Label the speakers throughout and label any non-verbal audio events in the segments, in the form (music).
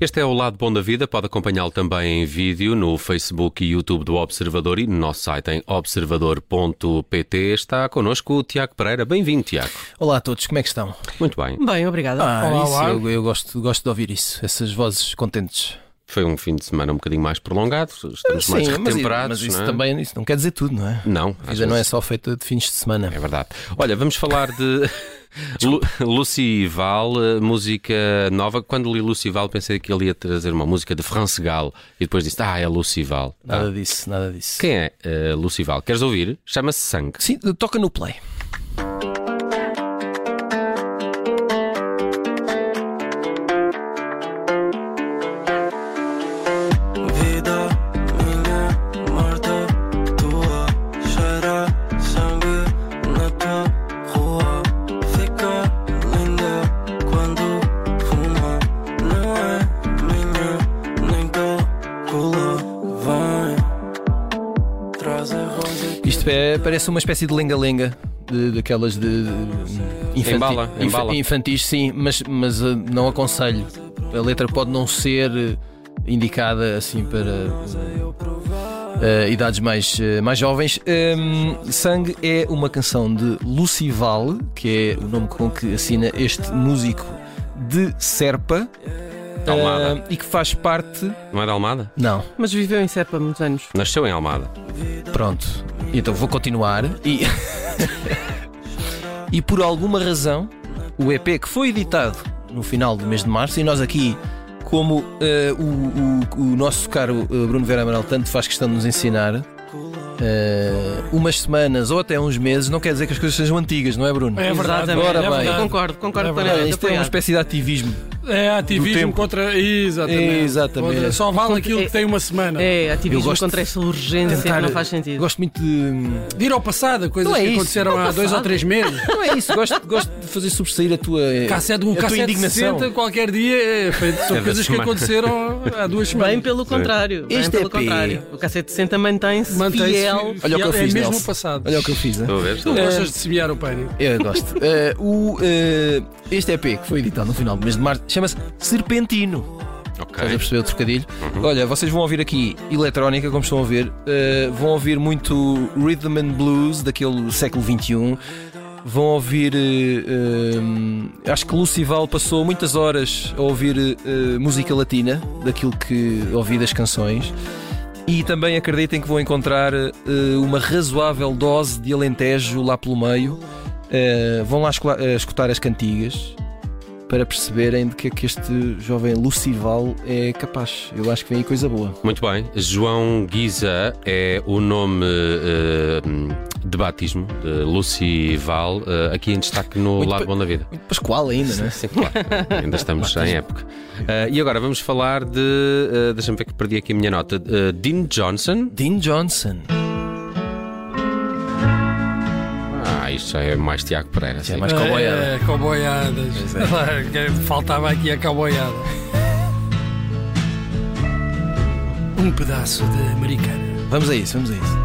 Speaker 1: Este é o Lado Bom da Vida. Pode acompanhá-lo também em vídeo no Facebook e YouTube do Observador e no nosso site em observador.pt. Está connosco o Tiago Pereira. Bem-vindo, Tiago.
Speaker 2: Olá a todos, como é que estão?
Speaker 1: Muito bem.
Speaker 3: Bem, obrigada.
Speaker 2: Ah,
Speaker 3: Olá,
Speaker 2: isso,
Speaker 3: olá.
Speaker 2: Eu, eu gosto, gosto de ouvir isso, essas vozes contentes.
Speaker 1: Foi um fim de semana um bocadinho mais prolongado. Estamos mais
Speaker 2: Sim, mas,
Speaker 1: retemperados.
Speaker 2: mas isso
Speaker 1: não é?
Speaker 2: também isso não quer dizer tudo, não é? Ah.
Speaker 1: Não,
Speaker 2: A
Speaker 1: às
Speaker 2: vida não é
Speaker 1: vezes-
Speaker 2: só feita de fins de semana.
Speaker 1: É verdade. Olha, vamos falar de
Speaker 2: (laughs)
Speaker 1: Lu Lucy Val, eh, música nova. Quando li Lucy Val, pensei que ele ia trazer uma música de France Gall e depois disse: Ah, é Lucy Val. Ah.
Speaker 2: Nada disso, nada disso.
Speaker 1: Quem é eh, Lucy Val? Queres ouvir? Chama-se Sangue.
Speaker 2: Sim, toca no play.
Speaker 4: Vida minha, morte tua Cheira sangue na tua rua Fica linda quando fuma Não é minha, nem calcula Vem, traz a rosa
Speaker 2: Isto é- parece uma espécie de lenga-lenga. de- Daquelas de. de infanti-
Speaker 1: Embala,
Speaker 2: infa-
Speaker 1: embala.
Speaker 2: Infantis, sim, mas, mas eh, não aconselho. A letra pode não ser eh, indicada assim para eh, idades mais, eh, mais jovens. Hum, Sangue é uma canção de Lucival, que é o nome com que assina este músico de Serpa.
Speaker 1: De Almada.
Speaker 2: eh, e que faz parte.
Speaker 1: Não é de Almada?
Speaker 2: Não,
Speaker 3: Mas viveu em Serpa muitos anos.
Speaker 1: Nasceu em Almada.
Speaker 2: Pronto, então vou continuar e. (laughs) e por alguma razão, o EP que foi editado no final do mês de março, e nós aqui, como eh, o, o- o nosso caro eh, Bruno Vera Amaral tanto faz questão de nos ensinar, eh, umas semanas ou até uns meses, não quer dizer que as coisas sejam antigas, não é, Bruno?
Speaker 5: É verdade,
Speaker 3: Exatamente.
Speaker 2: Ora
Speaker 5: é
Speaker 2: bem.
Speaker 3: Eu
Speaker 5: verdade.
Speaker 3: concordo, concordo
Speaker 5: É verdade.
Speaker 3: plenamente.
Speaker 2: Isto é uma
Speaker 3: apoiado.
Speaker 2: espécie de ativismo.
Speaker 5: É ativismo
Speaker 2: tempo.
Speaker 5: contra. Exatamente.
Speaker 2: Exatamente.
Speaker 5: Contra- Só vale
Speaker 3: Contra-
Speaker 5: aquilo que tem uma semana.
Speaker 3: É,
Speaker 2: Eu
Speaker 3: ativismo
Speaker 2: gosto
Speaker 3: contra
Speaker 2: de
Speaker 3: essa urgência
Speaker 2: tentar-
Speaker 3: que não faz sentido.
Speaker 2: Gosto muito de.
Speaker 5: De ir ao passado, coisas
Speaker 2: Não é
Speaker 5: que
Speaker 2: isso.
Speaker 5: aconteceram há dois ou três meses.
Speaker 2: Não é isso, gosto, gosto de fazer sobressair a tua,
Speaker 5: Cassete, um
Speaker 2: a tua
Speaker 5: cassete de
Speaker 2: indignação.
Speaker 5: 60, qualquer dia, é, feito- são
Speaker 1: Cada
Speaker 5: coisas que
Speaker 1: semana.
Speaker 5: aconteceram há duas
Speaker 3: Bem
Speaker 5: semanas.
Speaker 3: pelo contrário. Bem
Speaker 2: Este
Speaker 3: pelo
Speaker 2: EP.
Speaker 3: contrário. O Cacete 60 mantém-se
Speaker 5: Mantém-se
Speaker 3: fiel.
Speaker 5: fiel.
Speaker 2: Olha o que eu
Speaker 5: é
Speaker 2: fiz,
Speaker 5: mesmo
Speaker 2: Nelson.
Speaker 5: o passado.
Speaker 2: Olha o que eu fiz, né?
Speaker 1: Estou a ver?
Speaker 5: Tu gostas de semear o pânico.
Speaker 2: Eu gosto. Eh, o, eh, este EP que foi editado no final do mês de março chama-se Serpentino.
Speaker 1: Ok.
Speaker 2: Estás a perceber o trocadilho? Olha, vocês vão ouvir aqui eletrónica, como estão a ver, eh, vão ouvir muito rhythm and blues daquele século XXI. Vão ouvir. eh, eh, acho que Lucival passou muitas horas a ouvir eh, música latina, daquilo que ouvi das canções. E também acreditem que vou encontrar eh, uma razoável dose de alentejo lá pelo meio. Eh, vão lá escola- eh, escutar as cantigas para perceberem de que é que este jovem Lucival é capaz. Eu acho que vem aí coisa boa.
Speaker 1: Muito bem. João Guisa é o nome eh, de batismo de Lucy Val, eh, aqui em destaque no
Speaker 2: Muito
Speaker 1: Lado
Speaker 2: bem.
Speaker 1: Bom da Vida.
Speaker 2: Muito Pascoal ainda, não é?
Speaker 1: Sim, claro. (laughs) Ainda estamos em época. Ah, e agora vamos falar de. ah, Deixa-me ver que perdi aqui a minha nota. Ah, Dean Johnson.
Speaker 2: Dean Johnson.
Speaker 1: Ah, isto já é mais Tiago Pereira.
Speaker 2: Já é
Speaker 1: sim.
Speaker 2: mais cowboyada.
Speaker 5: É, cowboyadas.
Speaker 2: é.
Speaker 5: Faltava aqui a cowboyada. Um pedaço de americana.
Speaker 2: Vamos a isso, vamos a isso.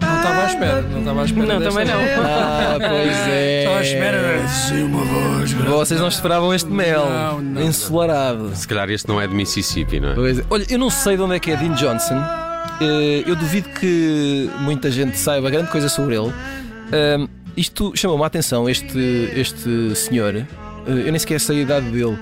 Speaker 5: Não estava à espera, não estava à espera.
Speaker 3: Não,
Speaker 5: desta
Speaker 3: também não.
Speaker 5: vez.
Speaker 2: Ah, (laughs) pois
Speaker 5: Estava à espera.
Speaker 2: é.
Speaker 5: Sim, uma voz.
Speaker 2: Vocês não esperavam este mel
Speaker 5: Não, não.
Speaker 2: ensolarado.
Speaker 1: Se calhar este não é de Mississippi, não é?
Speaker 2: Pois é. Olha, eu não sei de onde é que é Dean Johnson. Eh, Eu duvido que muita gente saiba grande coisa sobre ele. Ahm, Isto chamou-me a atenção, este, este senhor. Eh, Eu nem sequer sei a idade dele.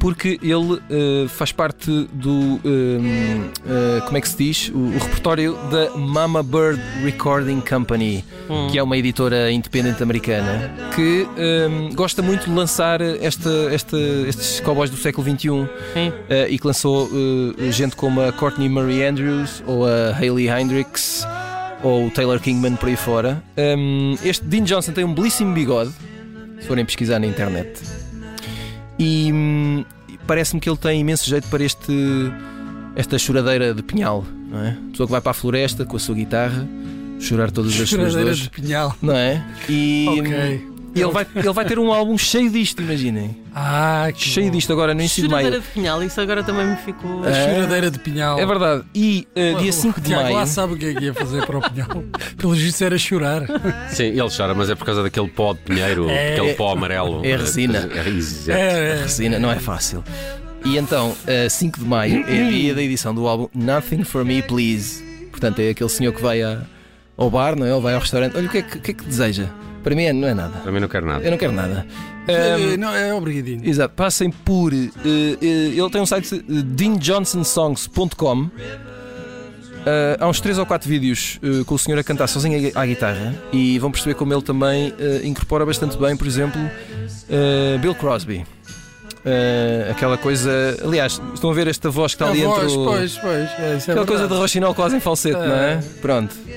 Speaker 2: Porque ele eh, faz parte do. ehm, eh, como é que se diz? O, o repertório da Mama Bird Recording Company, que é uma editora independente americana, que ehm, gosta muito de lançar esta, esta, estes cowboys do século XXI.
Speaker 3: Sim.
Speaker 2: Eh, e que lançou eh, gente como a Courtney Marie Andrews ou a Hayley Hendricks ou o Taylor Kingman por aí fora. Um, este Dean Johnson tem um belíssimo bigode, se forem pesquisar na internet. E hum, parece-me que ele tem imenso jeito para este esta choradeira de pinhal, não é? Pessoa que vai para a floresta com a sua guitarra, chorar todas as suas
Speaker 5: Choradeira
Speaker 2: dores,
Speaker 5: de pinhal.
Speaker 2: não é? E
Speaker 5: Ok.
Speaker 2: E ele vai, ele vai ter um álbum cheio disto, imaginem.
Speaker 5: Ah, que
Speaker 2: Cheio
Speaker 5: bom.
Speaker 2: disto agora no início de
Speaker 3: Hum. Choradeira
Speaker 2: maio.
Speaker 3: de Pinhal, isso agora também me ficou.
Speaker 5: A choradeira de pinhal.
Speaker 2: É verdade. E eh, dia 5 de
Speaker 5: Tiago
Speaker 2: maio.
Speaker 5: lá sabe o que é que ia fazer para o pinhal. Pelo visto era chorar.
Speaker 1: Sim, ele chora, mas é por causa daquele pó de pinheiro,
Speaker 5: É-
Speaker 1: aquele pó amarelo.
Speaker 2: é resina.
Speaker 1: É, exato.
Speaker 5: É, é.
Speaker 2: Resina, não é fácil. E então, a 5 de maio
Speaker 5: (clears throat)
Speaker 2: é dia da edição do álbum Nothing for Me, Please. Portanto, é aquele senhor que vai a- ao bar, não é? Ou vai ao restaurante. Olha, o que é que, o que é que deseja? Para mim, é- não é nada.
Speaker 1: Para mim não quero nada.
Speaker 2: Eu não quero nada.
Speaker 5: Eh,
Speaker 2: Ahm,
Speaker 5: Não, é obrigadinho.
Speaker 2: Exato, passem por. eh, eh, ele tem um site eh, deanjohnsonsongs.com. Ah, há uns 3 ou 4 vídeos eh, com o senhor a cantar sozinho à gui- à guitarra e vão perceber como ele também eh, incorpora bastante bem, por exemplo, eh, Bill Crosby. Ah, aquela coisa. Aliás, estão a ver esta voz que está
Speaker 5: A
Speaker 2: ali entre.
Speaker 5: voz,
Speaker 2: o-
Speaker 5: pois, pois. é, isso é
Speaker 2: Aquela
Speaker 5: verdade.
Speaker 2: coisa de roxinol quase em falsete, não é?
Speaker 5: É.
Speaker 2: Pronto. Ah,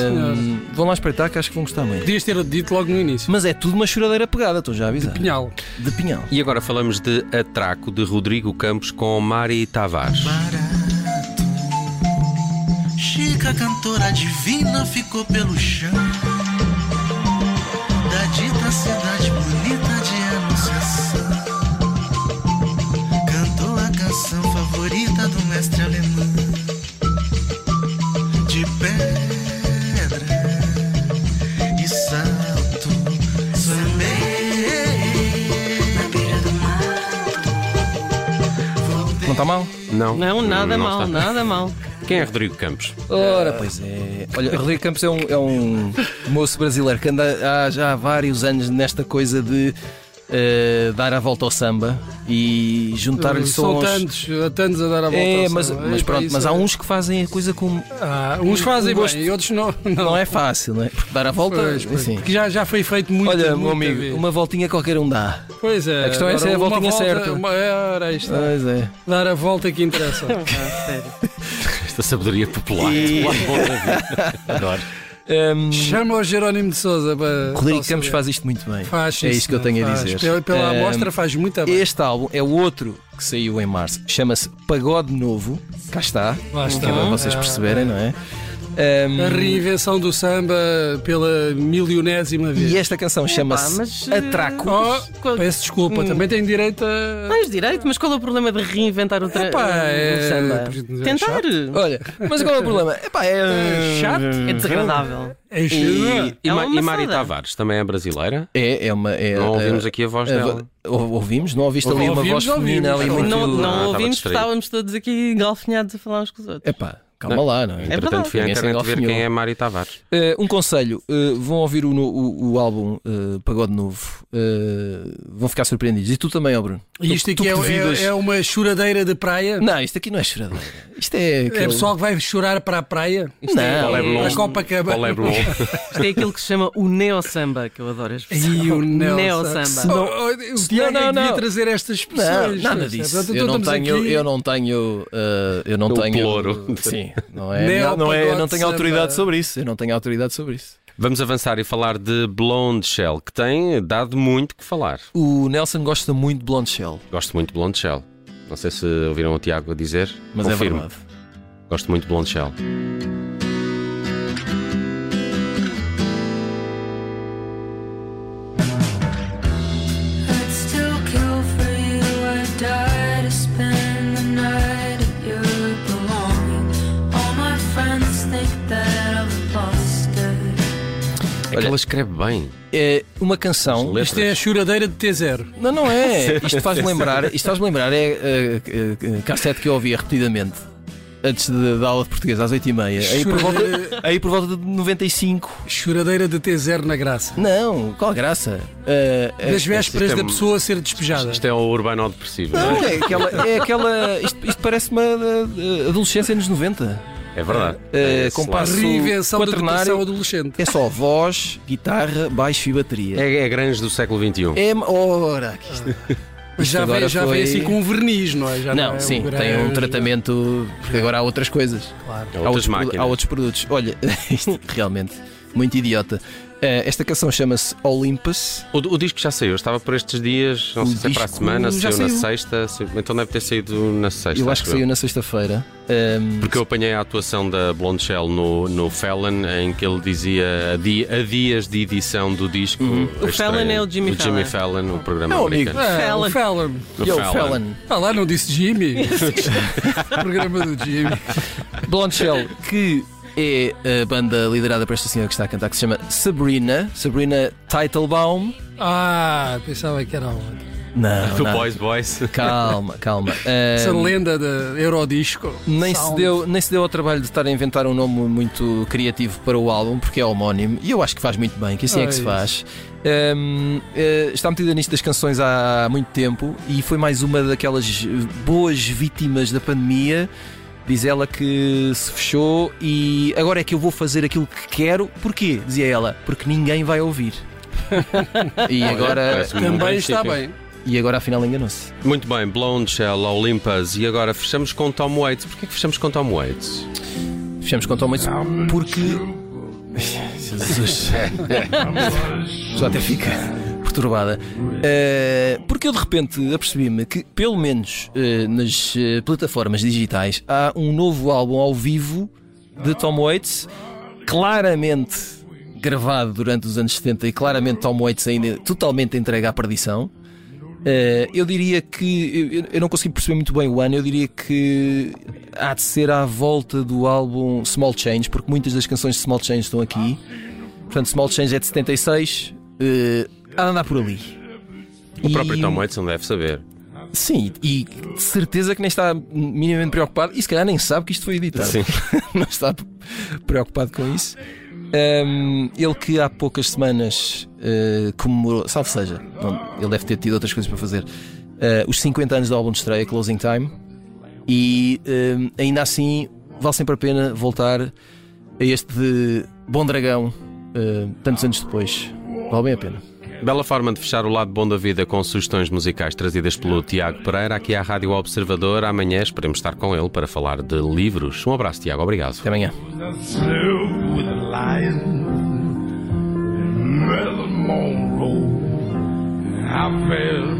Speaker 5: senhor.
Speaker 2: vão lá espreitar que acho que vão gostar muito.
Speaker 5: Podias ter dito logo no início.
Speaker 2: Mas é tudo uma choradeira pegada, estou já a avisar.
Speaker 5: Pinhal.
Speaker 2: De pinhal.
Speaker 1: E agora falamos de Atraco de Rodrigo Campos com Mari Tavares.
Speaker 6: barato. Chica, cantora divina, ficou pelo chão. Da dita cidade bonita de Anunciação. Cantou a canção favorita do mestre alemão. De pedra e salto, semeei na beira do mato.
Speaker 2: Não está mal?
Speaker 1: Não,
Speaker 3: Não, nada
Speaker 1: não
Speaker 3: mal,
Speaker 1: está.
Speaker 3: nada mal.
Speaker 1: Quem é Rodrigo Campos?
Speaker 2: Ora, pois é. Olha, Rodrigo Campos é um, é um moço brasileiro que anda há já há vários anos nesta coisa de eh, dar a volta ao samba e juntar-lhe
Speaker 5: São
Speaker 2: sons.
Speaker 5: tantos, há tantos a dar a volta.
Speaker 2: É,
Speaker 5: ao
Speaker 2: mas,
Speaker 5: samba.
Speaker 2: mas
Speaker 5: É,
Speaker 2: pronto,
Speaker 5: isso
Speaker 2: mas há
Speaker 5: é-
Speaker 2: uns que fazem a coisa como.
Speaker 5: Ah, uns fazem
Speaker 2: gosto-
Speaker 5: bem e outros não.
Speaker 2: Não é fácil, não é? Porque dar a volta.
Speaker 5: Pois, pois,
Speaker 2: assim.
Speaker 5: Porque já, já foi feito muito.
Speaker 2: Olha, meu
Speaker 5: muita
Speaker 2: amigo,
Speaker 5: vez.
Speaker 2: uma voltinha qualquer um dá.
Speaker 5: Pois é.
Speaker 2: a questão é
Speaker 5: agora
Speaker 2: se é a
Speaker 5: uma
Speaker 2: voltinha
Speaker 5: volta-
Speaker 2: certa.
Speaker 5: Uma, é, ora, isto,
Speaker 2: Pois é.
Speaker 5: Dar a volta
Speaker 2: (laughs)
Speaker 5: que interessa.
Speaker 3: Ah, sério.
Speaker 1: Esta sabedoria popular. Lá vou ouvir. Adoro.
Speaker 2: Hum,
Speaker 5: Chama o Jerónimo de Souza para.
Speaker 2: Rodrigo
Speaker 5: para
Speaker 2: Campos
Speaker 5: saber.
Speaker 2: faz isto muito bem.
Speaker 5: Faz,
Speaker 2: é
Speaker 5: sim,
Speaker 2: isso que eu
Speaker 5: senhor,
Speaker 2: tenho a
Speaker 5: faz.
Speaker 2: dizer.
Speaker 5: Pela, pela
Speaker 2: Hum,
Speaker 5: amostra faz muito Tá bem.
Speaker 2: Este álbum é o outro que saiu em março. Chama-se Pagode Novo. Cá está.
Speaker 5: Lá está.
Speaker 2: Que é para vocês
Speaker 5: Ah,
Speaker 2: perceberem, não é? Um,
Speaker 5: A reinvenção do samba pela milionésima vez.
Speaker 2: e é- esta canção
Speaker 3: Ah, mas,
Speaker 2: chama-se
Speaker 3: eh,
Speaker 2: Atraco.
Speaker 5: Oh,
Speaker 3: qual-
Speaker 5: peço desculpa, também tenho direito a.
Speaker 3: Tens direito, mas qual é o problema de reinventar outra eh,
Speaker 5: Epá,
Speaker 3: o
Speaker 5: é-
Speaker 3: samba?
Speaker 5: é
Speaker 3: Tentar.
Speaker 2: Olha, mas qual é o problema? Epá, é
Speaker 5: Chato.
Speaker 1: Uhum.
Speaker 3: É desagradável.
Speaker 5: É
Speaker 1: E, e
Speaker 3: É
Speaker 1: Ma-
Speaker 3: uma
Speaker 1: e Mari
Speaker 3: amassada.
Speaker 1: Tavares também é brasileira?
Speaker 2: É, é uma. É,
Speaker 1: Não
Speaker 2: é,
Speaker 1: ouvimos aqui a voz
Speaker 2: é,
Speaker 1: dela.
Speaker 2: ou- ouvimos? Não ouviste ali uma
Speaker 5: Ouvimos,
Speaker 2: voz feminina ali
Speaker 5: ouvimos.
Speaker 2: muito.
Speaker 3: Não,
Speaker 1: Ah,
Speaker 3: não
Speaker 1: estava
Speaker 3: ouvimos,
Speaker 1: distraído.
Speaker 3: estávamos todos aqui engalfinhados a falar uns com os outros.
Speaker 2: Epá, calma lá, não é?
Speaker 1: Entretanto, fui à
Speaker 2: Ninguém se
Speaker 1: internet ver
Speaker 2: engalfinhou.
Speaker 1: quem é Mari Tavares.
Speaker 2: Eh, um conselho: eh, vão ouvir o, no- o- o álbum eh, Pagode Novo, eh, vão ficar surpreendidos. E tu também, ó Bruno.
Speaker 5: E isto
Speaker 2: Tu- tu
Speaker 5: aqui é,
Speaker 2: que devidas-
Speaker 5: é, é uma choradeira de praia.
Speaker 2: Não, isto aqui não é choradeira. Isto é.
Speaker 5: É
Speaker 2: aquele-
Speaker 5: pessoal que vai chorar para a praia. é
Speaker 2: Não, é
Speaker 1: Olé Blon.
Speaker 5: Para Copacabana.
Speaker 1: Olé
Speaker 2: (laughs)
Speaker 1: Blon.
Speaker 3: Isto é aquilo que se chama o neo-samba, que eu adoro a expressão.
Speaker 5: E o
Speaker 3: neo-samba.
Speaker 5: Não, oh, oh, o Tiago
Speaker 2: não,
Speaker 5: é que devia
Speaker 2: não.
Speaker 5: trazer estas
Speaker 2: não,
Speaker 5: expressões.
Speaker 2: nada
Speaker 5: percebe?
Speaker 2: disso.
Speaker 5: é Portanto,
Speaker 2: Eu não
Speaker 5: estamos
Speaker 2: tenho.
Speaker 5: aqui-
Speaker 2: Eu não tenho. eh, eu não
Speaker 1: O
Speaker 2: tenho.
Speaker 1: ploro.
Speaker 2: Sim, não é.
Speaker 5: Neo
Speaker 2: Não, não é eu não
Speaker 5: pagode
Speaker 2: tenho autoridade
Speaker 5: samba.
Speaker 2: sobre isso. Eu não tenho autoridade sobre isso.
Speaker 1: Vamos avançar e falar de Blonde Shell, que tem dado muito que falar.
Speaker 2: O Nelson gosta muito de Blonde Shell,
Speaker 1: Gosto muito de Blonde Shell. Não sei se ouviram o Tiago a dizer.
Speaker 2: mas
Speaker 1: Confirmo.
Speaker 2: é verdade.
Speaker 1: Gosto muito de Blonde Shell.
Speaker 7: I'd still kill for you. I'd die to spend the night at your belonging. All my friends think that I've lost it.
Speaker 1: É que ela escreve bem.
Speaker 2: É uma canção.
Speaker 1: Letras.
Speaker 5: Isto é a choradeira de T0.
Speaker 2: Não,
Speaker 1: (laughs)
Speaker 2: não é. Isto faz-me lembrar, isto faz-me lembrar é a, cassete que eu ouvia repetidamente antes de- da aula de português às 8h30. Aí por volta, aí por volta de 95.
Speaker 5: Choradeira de T0 na graça.
Speaker 2: Não, qual graça? Ah, ah,
Speaker 5: Das vésperas
Speaker 1: é
Speaker 5: da
Speaker 1: um-
Speaker 5: pessoa ser despejada.
Speaker 1: Isto é o urbano depressivo, não,
Speaker 2: não,
Speaker 1: é?
Speaker 2: é aquela. É aquela isto isto parece uma ah, ah, adolescência nos 90.
Speaker 1: É verdade.
Speaker 2: É,
Speaker 1: esse
Speaker 2: compara-
Speaker 1: lado.
Speaker 5: Reinvenção da
Speaker 2: Quaternário.
Speaker 5: depressão adolescente.
Speaker 2: É só voz, guitarra, baixo e bateria.
Speaker 1: é, é grandes do século XXI.
Speaker 2: É. ora, que isto-
Speaker 5: Mas já
Speaker 2: agora
Speaker 5: vem, já vem
Speaker 2: foi-
Speaker 5: assim com um verniz, não é? Já
Speaker 2: Não,
Speaker 5: é
Speaker 2: sim,
Speaker 5: grande-
Speaker 2: tem um tratamento. Porque agora há É outras coisas.
Speaker 5: Claro.
Speaker 1: Há
Speaker 2: Há
Speaker 1: outras
Speaker 2: outros, produ-
Speaker 1: máquinas.
Speaker 2: há outros produtos. Olha, (laughs) isto realmente. muito idiota. Eh, esta canção chama-se Olympus.
Speaker 1: O, o disco já saiu, eu estava por estes dias, não
Speaker 2: O
Speaker 1: sei se é para a
Speaker 2: disco
Speaker 1: semana, se
Speaker 2: já
Speaker 1: saiu na
Speaker 2: saiu.
Speaker 1: sexta, se- então deve ter saído na sexta.
Speaker 2: eu acho que
Speaker 1: eu.
Speaker 2: saiu na sexta-feira. Ehm,
Speaker 1: Porque eu apanhei a atuação da Blonde Shell no, no Fallon, em que ele dizia a, di- a dias de edição do disco. a
Speaker 3: O
Speaker 1: estreia-
Speaker 3: Fallon é o Jimmy
Speaker 1: O Jimmy Fallon, o programa
Speaker 2: Meu amigo.
Speaker 1: americano.
Speaker 5: É,
Speaker 3: Fallon.
Speaker 5: o Fallon.
Speaker 1: O
Speaker 2: yo, Fallon.
Speaker 5: Ah, lá não
Speaker 2: (laughs)
Speaker 5: disse Jimmy. (laughs) Programa do Jimmy.
Speaker 2: Blonde Shell, que é a banda liderada por esta senhora que está a cantar, que se chama Sabrina. Sabrina Teitelbaum.
Speaker 5: Ah, pensava que era outra.
Speaker 2: Não,
Speaker 1: Do
Speaker 2: não.
Speaker 1: Boys Boys.
Speaker 2: Calma, calma.
Speaker 5: Essa
Speaker 2: Ehm,
Speaker 5: lenda da Eurodisco.
Speaker 2: nem se,
Speaker 5: Sound.
Speaker 2: deu, nem se deu ao trabalho de estar a inventar um nome muito criativo para o álbum, porque é homónimo, e eu acho que faz muito bem, que assim é
Speaker 5: Ah,
Speaker 2: que se
Speaker 5: isso.
Speaker 2: faz. Hum, eh, está metida nisto das canções há muito tempo e foi mais uma daquelas eh, boas vítimas da pandemia. Diz ela que se fechou e agora é que eu vou fazer aquilo que quero. Porquê? Dizia ela, porque ninguém vai ouvir. e, agora,
Speaker 1: parece-me um bom
Speaker 5: Também está
Speaker 1: princípio.
Speaker 5: bem.
Speaker 2: e agora afinal enganou-se.
Speaker 1: Muito bem, Blonde Shell, Olympus. E agora fechamos com Tom Waits. Porquê que fechamos com Tom Waits?
Speaker 2: Fechamos com Tom Waits porque. Jesus. Já até fica perturbada. Eh, porque eu de repente apercebi-me que, pelo menos eh, nas eh, plataformas digitais, há um novo álbum ao vivo de Tom Waits, claramente gravado durante os anos 70 e claramente Tom Waits ainda totalmente entregue à perdição. Eh, eu diria que. Eu, eu não consigo perceber muito bem o ano, eu diria que há de ser à volta do álbum Small Change, porque muitas das canções de Small Change estão aqui. Portanto, Small Change é de 76, eh, há de andar por ali.
Speaker 1: O próprio Tom Waits não deve saber.
Speaker 2: Sim, e de certeza que nem está minimamente preocupado e se calhar nem sabe que isto foi editado.
Speaker 1: Sim.
Speaker 2: (laughs) não está preocupado com isso. Ahm, ele que há poucas semanas eh, comemorou, salvo seja, não, ele deve ter tido outras coisas para fazer, eh, os 50 anos do álbum de estreia, Closing Time, e ahm, ainda assim vale sempre a pena voltar a este de Bom Dragão, eh, tantos anos depois. Vale bem a pena.
Speaker 1: Bela forma de fechar o lado bom da vida com sugestões musicais trazidas pelo Tiago Pereira aqui à Rádio Observador. Amanhã esperemos estar com ele para falar de livros. Um abraço, Tiago. Obrigado.
Speaker 2: Até amanhã.
Speaker 8: slew with a lion in Marilyn Monroe. I fell Oh,